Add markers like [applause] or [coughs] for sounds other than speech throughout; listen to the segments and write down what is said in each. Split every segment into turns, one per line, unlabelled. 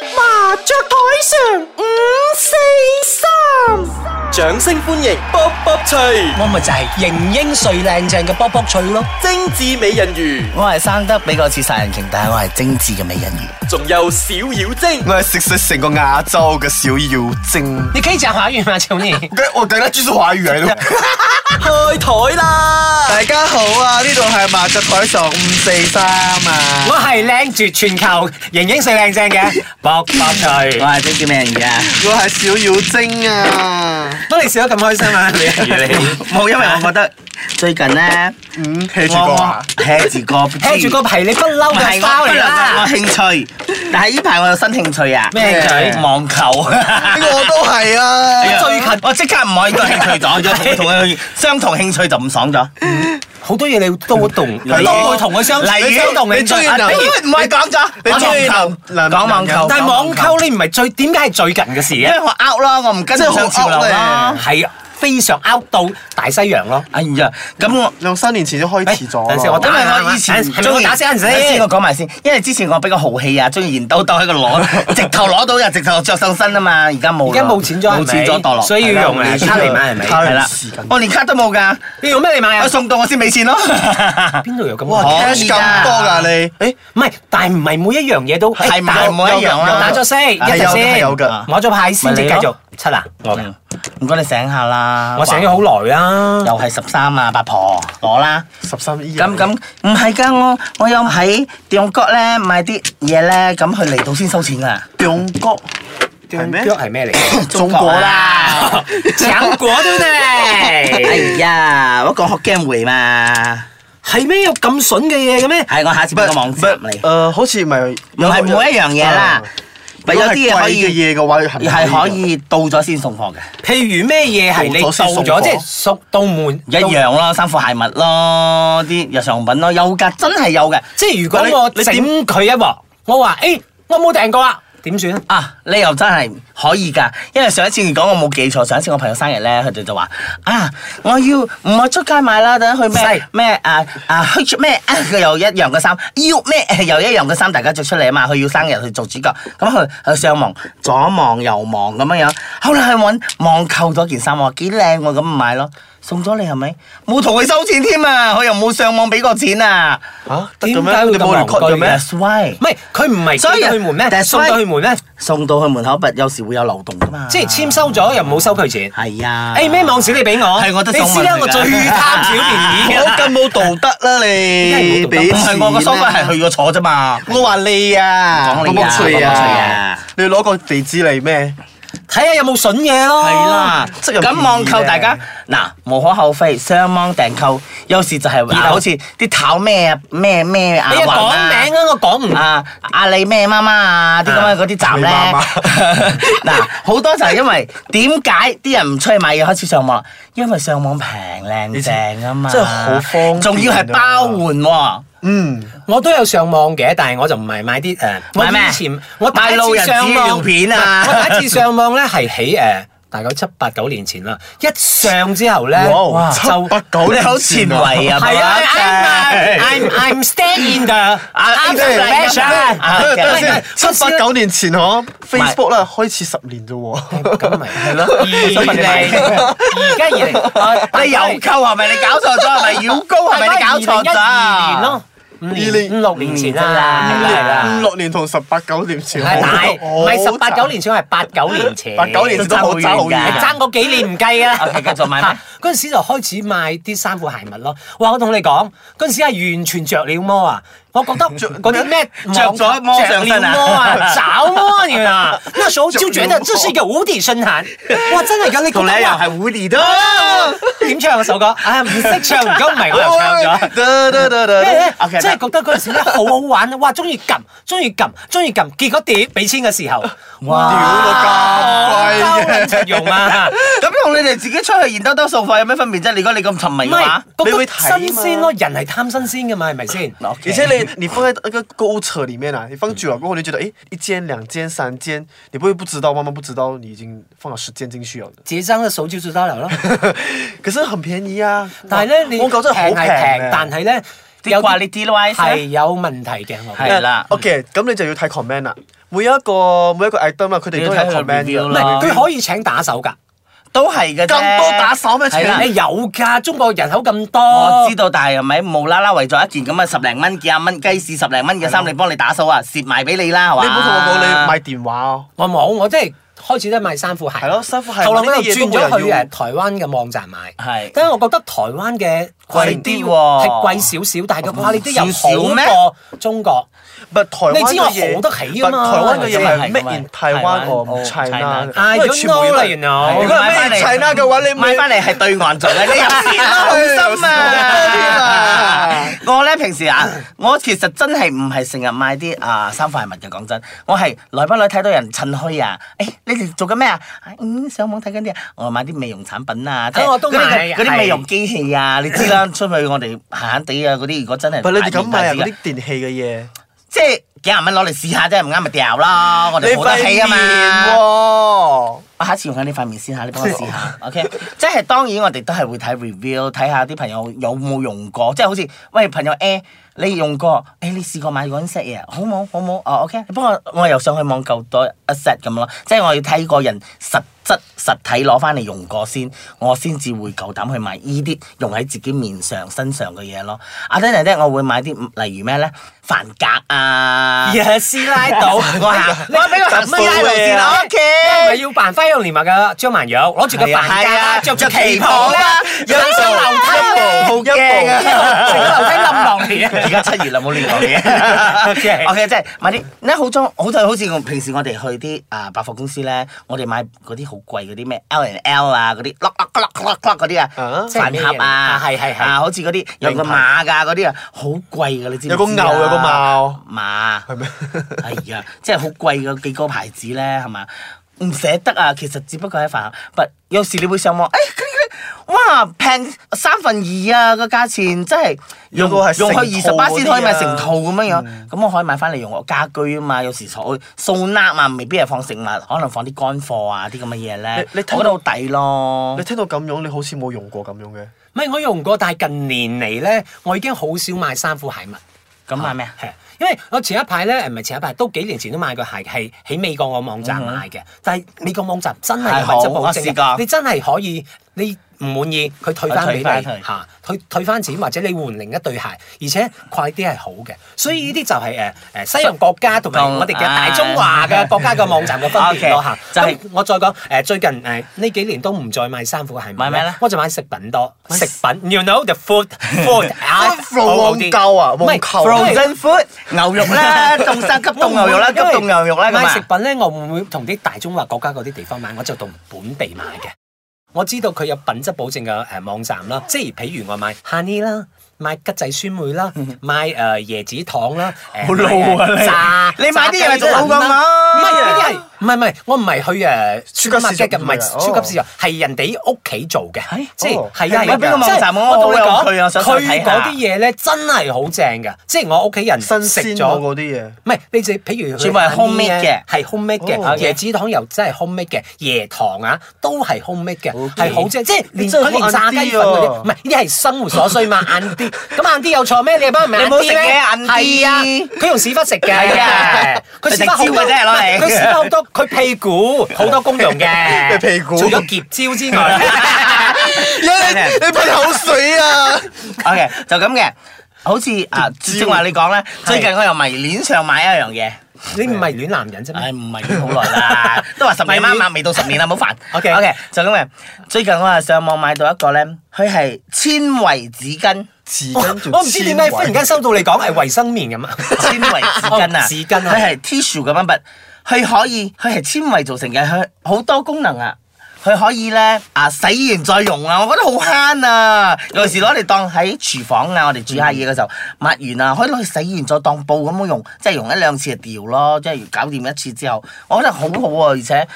麻雀台上五四三，掌聲歡迎卜卜脆，
我咪就係型英帥靚正嘅卜卜脆咯，
精緻美人魚，
我係生得比較似殺人鯨，但係我係精緻嘅美人魚。
仲有小妖精。
我係食食成個亞洲嘅小妖精。
你可以講華語嗎，
[laughs]
求你？
我我等下繼續華語嚟咯。
開台啦！
大家好啊，呢度係麻雀台上五四三啊。
我係靚絕全球型英帥靚正嘅卜卜脆，我係精緻美人魚啊！
我係小妖精啊！
乜你笑得咁開心啊？你
冇，因為我覺得最近咧，
嗯，企住個
我
啊！
hea 住個 hea
聽住個皮，你不嬲
唔
嘅
係
包
我
嚟
不良
啦
我！興趣，但係呢排我有新興趣啊！
咩興趣
網 [laughs] 球。
呢個我都係啊！
最近
我即刻唔可以個 [laughs] 興趣
[laughs]
撞咗，同佢相同興趣就唔爽咗。
好多嘢你都同，都會同佢相
例
相同
如
你
你中意
啊
男，
比如
唔係講咗，
你中意
網球
男
講網球，
但係網購你唔係最點解係最近嘅事
因
嘅？
為我 out 咯，我唔跟
真係好
上潮流
out 咧
啦。
係非常 out 到大西洋咯。
哎呀，咁我。
兩三年前就開始咗
等陣先我
啦。
打
因為我以前
係咪我打死人先
等先我講埋先，因為之前我比較豪氣啊，中意現兜兜喺度攞，直頭攞到又直頭着上身啊嘛，而家冇啦。
而家冇錢咗係咪
冇錢咗墮落，
所以要用
係啦
卡嚟買係咪
卡係啦，我連卡都冇㗎，
你用咩嚟買啊
我？送到我先俾錢咯。
邊度有咁嘅
哇
可能
可
，cash
以
咁
㗎
多㗎你？
誒，唔係，但係唔係每一樣嘢都
係
誒
唔
打
係每一樣啊
又打咗先，一
係
陣
有嘅
先，
係有嘅
摸咗牌先至
咪
繼
你
續
咯
七啊，我嘅
唔該你醒下啦，
我醒咗好耐啦，
又係十三啊，八婆攞啦。
十三億。
咁咁唔係㗎，我我有喺調角咧買啲嘢咧，咁佢嚟到先收錢㗎。
中國係咩？
係咩嚟嘅？
中國啦。
搶果對唔
哎
對？
呀，我講學 game 回嘛，
係咩有咁筍嘅嘢嘅咩？
係我下次
唔
俾個網站嚟，
誒，好似唔係
唔係每
à,
一樣嘢啦
嗯，
但有啲嘢
如果
可以
係貴嘅嘢嘅話，
係可以到咗先送貨嘅，
譬如咩嘢係你到
到咗先送
咗，
貨
即係熟到門
一，樣咯，衫褲鞋襪咯，啲日常品咯，有㗎，真係有嘅。
即係如果
但你
我
你
整佢一鑊，我話誒我冇訂過啊，點算啊？
啊，你又真係可以㗎，因為上一次講我冇記錯，上一次我朋友生日咧，佢哋就話啊，我要唔我出街買啦，等佢
係
咩咩啊啊去咩啊，佢又一樣嘅衫，要咩啊又一樣嘅衫，大家着出嚟啊嘛，佢要生日去做主角，咁佢佢上網左望右望咁樣樣，後來去揾網購咗件衫，我話幾靚喎，咁買咯，送咗你係咪？冇同佢收錢添啊，佢又冇上網俾過錢啊
嚇得嘅
點
咩
解？會
你冇
咁
record 嘅咩？
，That's why
唔係佢唔係
所以
送到去門咩？
但係
送到去門咩？
送到去門口，有時會有漏洞㗎嘛，
即係簽收咗又冇收佢錢。
係啊，
誒咩網址你俾我？
係我都想
你知啦，
問佢
我
㗎
最貪小便宜㗎
我
啦。
咁冇道德啦你，
梗係冇道德
俾
唔係
錢
我個收費係去咗坐啫嘛。
我話你啊，我
講你啊
冇罪
我冇罪啊
你攞個地址嚟咩？
睇下有冇筍嘢咯。
係啦，
即係有
哦咁網
意義
購
咧
大家嗱無可厚非，上網訂購有時就係嗱，好似啲炒咩啊咩咩啊
你一講
雲啊
名啊，我講唔
啊阿里咩媽媽啊啲咁樣嗰啲站咧
阿里媽，
[laughs] 嗱好多就係因為點解啲人唔出去買嘢開始上網？因為上網平靚正啊嘛，
真係好方便啊
仲要係包換喎。
嗯，
我都有上網嘅，但係我就唔係買啲誒。我
買咩
以前我第
買
一
路人
次
紙
上網
尿片啊
我第一次上網咧係喺誒大概七八九年前啦。一上之後咧，
哇，七
就
八九
你
年
好前
前啊
衛啊，
係啊
爸爸仔
，I'm I'm I'm staying 㗎。
啊
I'm the
即係 [laughs]
best 啊
啊
等陣
唔係
先
唔，係
七八九年前嗬，Facebook 啦開始十年啫
咁
喎，
咪係咯，二零而家二零，啊
你郵購係咪你搞錯咗？係咪繞高係咪你搞錯咗？啊
二年咯，五年
20
五六年前
五
啦，係啦
五
係啦，
六年同十八九年
[laughs]
前
哎係大唔係十八九年前，係八九年前，
八九年前
都
都
好
好
遠
爭好
㗎
遠
係爭嗰幾
[laughs]
年唔計啊！
OK，繼續
[laughs]
買咩
嗰陣時就開始買啲衫褲鞋襪咯。哇！我同你講，嗰陣時係完全着了魔啊！我覺得嗰啲咩
[laughs] 着咗魔上身啊
着了魔
[laughs]
啊，着魔你啊！那時候就覺得這是一個無底深潭。哇！真係㗎，你覺
同你一
得
樣
哇
係 Woody 都。
點唱嗰首歌？啊，唔識唱，如果唔係我又唱咗。即係 [laughs] 咧
OK，
即係覺得嗰陣時咧好好玩啊！哇，中意撳，中意撳，中意撳，結果點俾錢嘅時候，
屌到咁貴 [laughs] 嘅
嘅用啊！
咁同你哋自己出去現兜兜送貨有咩分別啫？如果你咁沉迷
唔
嘅
係
話，
你
覺
會
得
睇嘛
新鮮咯，人係貪新鮮嘅嘛，係咪先？
而且你你放在那个购物车里面啊，你放久了过后，你就觉得诶，一件、两件、三件，你不会不知道，慢慢不知道你已经放了十件进去了的。
自己生嘅手招最得流咯。
[laughs] 可是很便宜啊！
但係咧，你
我覺得好
平
平啊
係平，但
係
係咧
啲掛你 D 啦，
係有問題嘅，我覺得
係啦
，OK，咁你就要睇 comment 啦。每一個每一個 item 啦，佢哋都有
你要睇佢
comment
review
唔
啦
嘅。
係佢可以請打手㗎。
都係嘅啫。
咁多打手咩？
係啦哎
你有㗎，中國人口咁
我
多
知。道，但係咪無啦啦為咗一件咁嘅十零蚊幾廿蚊雞屎十零蚊嘅衫，你幫你打手啊，蝕埋俾你啦，係嘛？
你唔好同我講你買電話哦。
我冇，我真係開始都係賣衫褲鞋。
係咯衫褲鞋
後來我又
呢啲嘢
轉
都冇
咗
人
去
要
誒台灣嘅網站買。
係
因為我覺得台灣嘅
貴啲喎
係貴少少，但係嘅話你都有
少少咩
好過中國。
唔係台灣
你知我
嘅嘢
好得起㗎
唔係
嘛
台灣嘅
真
嘢
係
係 made in
台
Taiwan
灣
or
哦
China
China。
I
因為
don't
全部嘢
know
都
啦，
係
原來
如果係 made in China 嘅話，你
買翻嚟係對岸做嘅，你又蝕啦，好心啊！ [laughs] 我咧平時啊，我其實真係唔係成日買啲啊衫褲鞋襪嘅，講真，我係耐不耐睇到人趁虛啊！誒、你哋做緊咩啊？嗯，上網睇緊啲啊，我買啲美容產品啊，即係
啊我都
嗰啲
買
嗰啲美容機器啊，你知啦，出去我哋閒閒地啊嗰啲，如果真係
唔係你哋咁買啊
大面大
嗰
隻
啲
嘅
電器嘅嘢，
即係幾廿蚊攞嚟試下啫，唔啱咪掉啦，我
你
哋冇得起啊嘛。
喎。
我下一次用緊呢塊面先嚇，你幫我試下，OK？即係當然我哋都係會睇 review，睇下啲朋友有冇用過，即係好似喂朋友 A，你用過，誒、你試過買嗰 set 嘢，啊好冇好冇？哦，OK，你幫我我又上去網購多一 set 咁咯，即係我要睇個人實質實體攞翻嚟用過先，我先至會夠膽去買依啲用喺自己面上身上嘅嘢咯。啊，等陣咧，我會買啲嗯例如咩咧，飯格啊，
呀師奶到，
我
我
行
行，
我俾佢行
乜
師奶路線啊，OK。
咪要扮花樣年華嘅張曼玉，攞住個
係啊
扮架
係啊
啦，着住
着旗
旗袍
袍啦
啦，有上樓梯啦，
一步一步
一路成個樓梯冧落嚟啊！
啊而家七月啦，冇亂講嘢。
[laughs] OK
OK，即係買啲咧好裝，好就好似我平時我哋去啲啊百貨公司咧，我哋買嗰啲好貴嗰啲咩 L and L 啊，嗰啲 lock lock lock lock lock 嗰啲啊
啊，
飯盒
啊
啊，
係係係
啊，好似嗰啲有個馬㗎嗰啲啊，好貴㗎，你知唔知啊
有個牛有個馬
馬 [laughs] 係咩？係啊，即係好貴嘅幾個牌子咧，係嘛？唔捨得啊，其實只不過係飯盒，不有時你會上網，誒、佢佢哇平三分二啊個價錢，真係
有
用
個係成
用
套
去二十八先可以
嗰
買
啲啊
成套咁樣樣，咁、我可以買翻嚟用我家居啊嘛，有時所掃納啊，未必係放食物，可能放啲乾貨啊啲咁嘅嘢咧
你，你睇
我覺得好抵咯
你。聽到咁樣，你好似冇用過咁樣嘅。
唔係我用過，但係近年嚟咧，我已經好少買衫褲鞋襪。
咁買咩啊？
係啊，因為我前一排咧，誒唔係前一排，都幾年前都買過鞋，係喺美國個網站買嘅。但係美國網站真係有
嗯係好
質保
我
證
試過
嘅，你真係可以，你唔滿意佢退翻
佢退
俾
返
你
佢
嚇，退退翻錢或者你換另一對鞋，而且快啲係好嘅。所以呢啲就係誒誒西洋國家同埋我哋嘅大中華
[laughs]
嘅國家嘅網站嘅分別
嗯 OK，
咯嚇。
就係
咁我再講誒最近誒呢幾年都唔再買衫褲鞋襪
買咩咧
我就買食品多，食品 you know the food
[laughs]
food 啊
網購啊
唔係
網購
Frozen food 牛肉
[laughs]
啦，凍生急凍牛肉啦，急凍牛肉啦咁
買
啊
食。品咧，我唔會同啲大中華國家嗰啲地方買，我就同本地買嘅。我知道佢有品質保證嘅誒網站啦，即係譬如我買 honey 啦。買吉仔酸梅啦，買誒椰子
[laughs]
糖啦，誒
嗯好老啊
買
你
誒炸
你買啲嘢
炸雞
就老㗎
蛋啦
嘛
唔係呢啲係唔係唔係，我唔係去誒
超級市場
supermarket 嘅，唔係
哦
超級市場，係人哋屋企做嘅
係，
即係
哦
係啊
係咪
係啊
邊個網
即係
站我
我同你
我有佢啊想上
講，
去睇
佢
下
嗰啲嘢咧真係好正嘅，即係我屋企人
新
食
鮮
咗
咗。嗰啲嘢。
唔係，你就譬如佢
全部係
啲
homemade
咧
嘅
係 homemade
哦
嘅，椰子糖又真係 homemade 嘅，椰糖啊都係 homemade 嘅，
OK
係好正，即係連
真係
佢
好
連炸雞粉嗰啲，
啊
硬啲喎
唔係呢啲係生活所需嘛，硬
[laughs]
啲。咁硬啲有錯咩？你又幫佢買
你
硬
冇
啲咩？
食嘢硬啲
係啊，佢用屎忽食嘅，
係 [laughs] 啊
佢屎忽好
佢食蕉
多
嘅啫攞嚟
佢屎忽好多，佢屁股好多功用
[laughs]
嘅，
咩屁股
除咗結蕉之外，
[laughs] 你你噴口水啊！
OK，就咁嘅。好似啊，正話你講咧，最近我又迷戀上買一樣嘢，
你唔係戀男人啫
唉，
咩？
唔迷戀好耐啦，都話十年啱啱未到十年啦，唔好煩。
OK
OK，就咁嘅。最近我係上網買到一個咧，佢係纖維紙巾，
匙
我
羹做
我唔知點解忽然間收到你講係衛生棉咁啊！
纖維紙巾啊，
哦紙巾
佢
啊
哦係 tissue 咁樣筆，佢可以，佢係纖維做成嘅，佢好多功能啊。佢可以咧啊，洗完再用啊，我覺得好慳啊！有時攞嚟當喺廚房啊，我哋煮下嘢嘅時候
嗯
抹完啊，可以攞去洗完再當布咁樣用，即係用一兩次就掉咯，即係搞掂一次之後，我覺得好好啊，而且。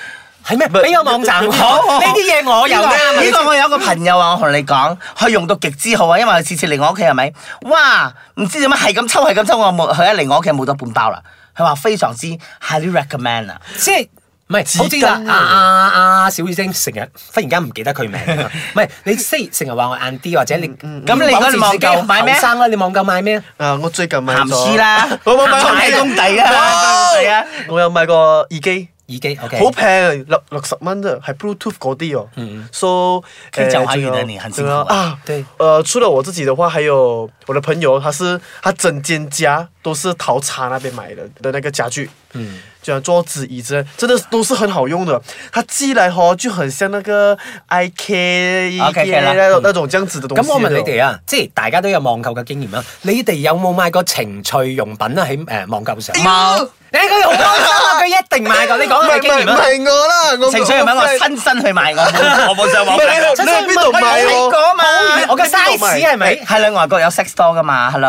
係咩？俾個網站我，呢啲嘢我有
呢個
啱
呢個我有一個朋友啊，我同你講，佢用到極之好啊，因為佢次次嚟我屋企係咪？哇！唔知點解係咁抽係咁抽，我冇佢一嚟我屋企冇咗半包啦。佢話非常之 highly recommend 啊！
即係唔係，好似
紙巾
啦，
啊
啊啊啊！小妖精成日忽然間唔記得佢名，唔係你即成日話我晏啲，或者你
咁你嗰個網購買咩
後生啦，你網購買咩？
啊，我最近買
鹹
咗
絲啦，
我冇買過
買工地啊，係啊，
我有買過耳機。
耳機 OK，
好平啊，六六十蚊啫，係 Bluetooth 嗰啲哦。
嗯
So，
可以
呃
講華語
仲有
的你很辛
仲
苦
有
啊
啊。
對
呃，除了我自己的話，還有我的朋友，他是他整間家都是淘茶那邊買的的那個家具。嗯。就像桌子、椅子，真的都是很好用的。它寄來吼就很像那個 IK
啊，IKEA 啦
那種那種這樣子的東西。
咁我問你哋啊，即係大家都有網購嘅經驗啦，啊你哋有冇買過情趣用品啊？喺誒網購上
冇
誒佢好開心啊！佢一定買過，你
唔
講
係，
下你
唔
經
係唔
驗啊！
係我啦，我
情緒用品我
我
親身去買，我冇我冇上網
唔。係你喺邊度買
我有睇
喎？
過嘛
我嘅
你邊度買
size 係咪？
係啦，外國有 sex store 噶嘛，hello。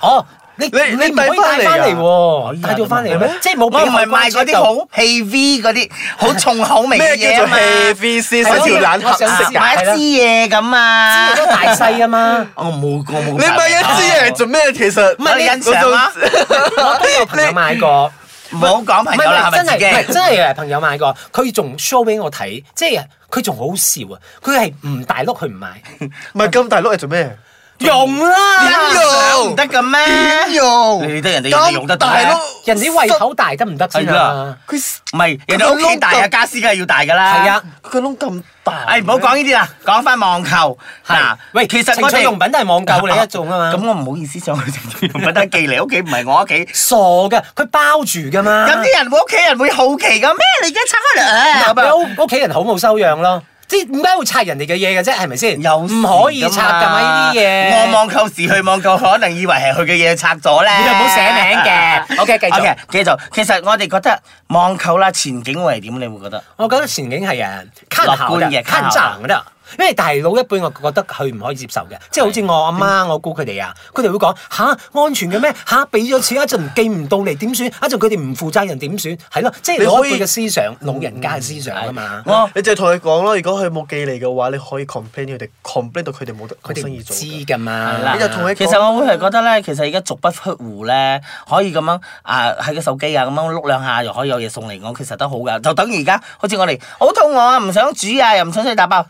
哦，你你
你
唔可
帶
以
返
帶
嚟
翻嚟
㗎
喎，帶咗翻嚟咩？即係冇
我啊唔係賣
賣
嗰啲好氣 V 嗰啲好重口味嘅
咩叫
嘢啊
做
嘛，
heavy 先？
係咯
嗰條懶
我想
黑色
試
㗎。
買一支嘢咁啊！
大細啊嘛。
我冇，我冇。
你買一支嚟做咩？其實
唔係你欣賞啊
我都有朋友買過，
唔好講朋
唔
友啦，係
係真係
咪
唔係
自己？
真係誒朋友買過，佢仲 show 俾我睇，即係佢仲好笑啊！佢係唔大碌佢唔買，
[laughs] 唔係咁大碌係做咩？
用啦，
唔得嘅咩？
用
你得人哋人哋用得大
大
咩
碌，
人哋胃口大得唔得先
係
啊
啦？
佢
唔係人哋屋企大啊，家哎私梗係要大㗎啦。
係啊。
佢個窿咁大。
誒唔好講呢啲啦，講翻網購嗱，
喂，其實情趣用品都係網購
Ờ.
嚟一種啊
咁
嘛，
我唔好意思 [laughs] 上去情趣用品得寄嚟屋企，唔係我屋企。
傻嘅，佢包住噶嘛。
咁啲人屋企人會好奇㗎咩？你而家拆開嚟啊咁啊！
有屋企人好冇修養咯，即係點解會拆人哋嘅嘢嘅啫？係咪先？
有
唔可以拆㗎嘛呢啲嘢。
我網購時去網購，可能以為係佢嘅嘢拆咗咧。
你又冇寫名
[laughs]
嘅 OK，繼續
OK，繼續。其實我哋覺得網購啦，前景會係點？你會覺得？
我覺得前景係誒看好
樂觀嘅
嘅，看賺嘅啦。因為大佬一輩，我覺得佢唔可以接受嘅，即係好似我阿媽、
嗯
我姑佢哋啊，佢哋會講吓安全嘅咩吓，俾咗錢一陣寄唔到嚟點算？一陣佢哋唔負責任點算？係咯，即係
你可
老
以
一輩嘅思想，老人家嘅思想啊嘛。
我
你就同佢講咯，如果佢冇寄嚟嘅話，你可以 complain 佢哋，complain 到佢哋冇得
佢
冇
哋
生
唔
意做
知
㗎。
㗎嘛，
係啦
你就同佢
其
講
實我會係覺得咧，其實而家足不出戶咧，可以咁樣啊喺個手機啊咁樣碌兩下，又可以有嘢送嚟我，其實都好噶。就等於而家好似我哋好肚餓啊，唔想煮啊，又唔想出去打包，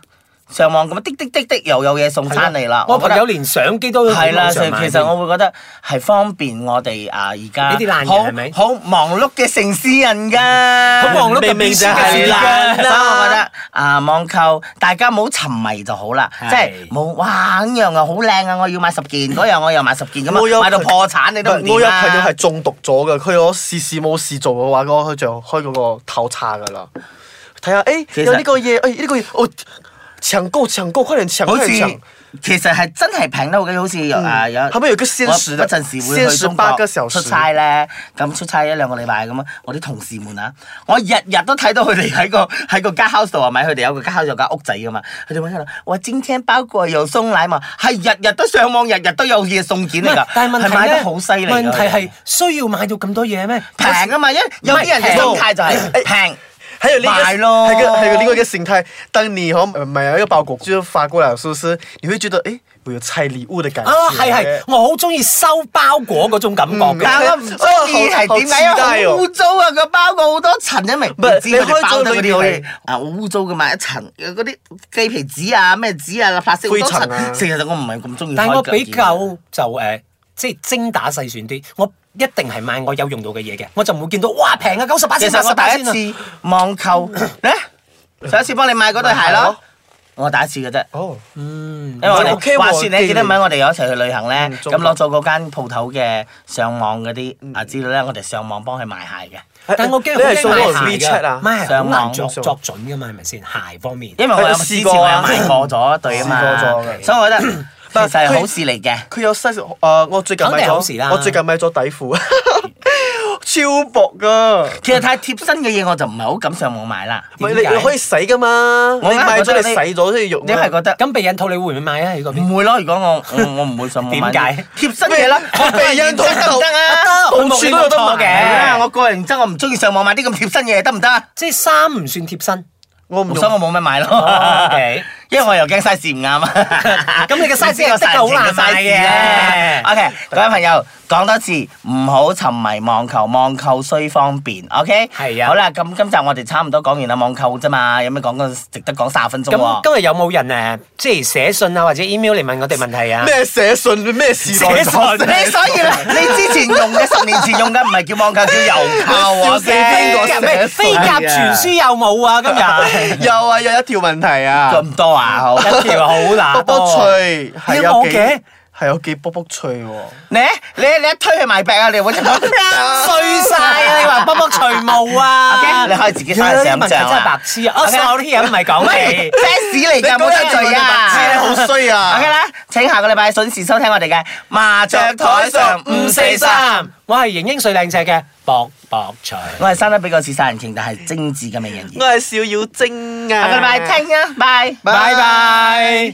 上網咁樣滴滴滴滴又有嘢送翻嚟啦。
我
覺
朋
得
友連相機都
係啦，
網
所以
上買
其實我會覺得係方便我哋啊而家
呢啲懶人
好
係咪
好忙碌嘅城市人㗎，
好忙碌嘅
明明
必須
就係
嘅時
啦，
間
所以我覺得啊網購大家唔好沉迷就好啦，
係
即係冇哇呢樣又好靚啊，我要買十件，嗰樣我又買十件
我
咁
有
啊，買到破產你都唔
唔係我
掂
有
啊
朋友係中毒咗㗎，佢我事事冇事做嘅話，佢就開嗰個套餐㗎啦。睇下誒
其實
有呢個嘢，哎誒呢個嘢，我搶購搶購，快點搶，
好
快
似
點搶。
其實係真係平得好緊，好似
嗯
有啊有。
後面有個限時
我
的，
嗰陣時會
限
去
時
中
八
國
個小時
出。差咧，咁出差一兩個禮拜咁啊，我啲同事們啊，我日日都睇到佢哋喺個 [laughs] 喺個家 house 度啊，買佢哋有個家 house 有間屋仔噶嘛，佢哋揾佢啦，我今天包括有送奶嘛，係日日都上網，日日都有嘢送件嚟㗎，
但係問題
係買
咧
得好犀利㗎。
問題係需要買到咁多嘢咩？
平啊嘛，因為有啲人嘅心態就係平。
还有另一
买
个，
咯
还有一个还有另外一个心态，当你和买了一个包裹，就是发过来，是不是？你会觉得，诶，我有拆礼物的感觉。
啊，係係，我好中意收包裹嗰種感覺
嗯
嘅。
但我唔中意係點解？因為好污糟啊！個包裹好多塵啊，明唔知佢哋包得嗰啲好似啊好污糟噶嘛，一層有嗰啲雞皮紙啊、咩紙啊、白色好多塵。其實我唔係咁中意。
但我比較就誒、呃即係精打細算啲，我一定係買我有用到嘅嘢嘅，我就唔會見到哇平啊九十八
其
先，
實
八
我
十八先啊
第一次網 [laughs] 購咧，上一次幫你買嗰對鞋咯，我第一次嘅啫。
哦，
因為我哋
OK 喎
話説你
既
記得唔記得我哋有一齊去旅行咧，
中
咁攞咗嗰間鋪頭嘅上網嗰啲啊資料咧，我哋上網幫佢買鞋嘅。
但我驚
你係
好
送嗰個
驚買鞋
WeChat
㗎，
啊
買鞋好
上
難
網
作
上
作準㗎嘛，係咪先？鞋方面，
因為我有之前我有買過咗一對啊
試
嘛，
過咗嘅
所以
[coughs]
我覺得其實係
但佢
好事嚟嘅。
佢有 size，誒，我最近
肯
買
定好事啦
咗，我最近買咗底
[laughs]
褲，超薄噶。
其實太貼身嘅嘢我就唔係好敢上網買啦。
唔係
點解
你你可以洗噶嘛？
我
你
硬係
買
覺
咗
得
你洗咗先用啊。
你係覺得
咁避孕套你會唔會買啊？喺嗰邊？
唔會咯？如果我我我唔會上網買。
點解
貼身嘢啦，
我避孕套
得唔得啊？
到處都有得
冇
係
錯嘅
買
啊，我個人真我唔中意上網買啲咁貼身嘢，得唔得啊？
即係衫唔算貼身，
我唔用
所以我冇咩買咯。
OK
因為我又驚 size 唔啱啊！
[laughs] 咁你嘅 size 係的確好難買嘅
OK，各位朋友講多次，唔好沉迷網購，網購雖方便。OK，
係啊
好啦，咁今集我哋差唔多講完啦，網購啫嘛，有咩講嘅值得講卅分鐘
咁
喎？
今日有冇人誒，呃即係寫信啊或者 email 嚟問我哋問題啊？
咩寫信咩時代
寫信
[laughs] 你所以咧，你之前用嘅十年前用嘅唔係叫網購，叫郵
[laughs]
購啊！
笑死邊個
驚
寫
咩飛鴿傳書有冇啊？今日 [laughs]
有啊，有一條問題啊，
咁多啊？好，
一條好
卜
難
卜
多。
脆係
你
有
冇
幾
嘅
係有幾卜卜脆喎，
你你你一推去賣餅啊！你揾隻
[laughs]
手
[laughs] 碎晒啊！你話卜卜除毛啊
OK，你可以自己翻
有
去
啲
想
問題真
像
係白
啊！
痴啊！我我啲嘢唔係講你。
fans 嚟㗎，冇得罪
你
啊！
好衰啊
OK！啦，請下個禮拜準時收聽我哋嘅麻雀台上五四三。，
我係型英最靚仔嘅博博徐。
我係生得比較似殺人鯨，但係精緻嘅美人魚。
我係小妖精啊！
下個禮拜聽啊，拜
拜拜。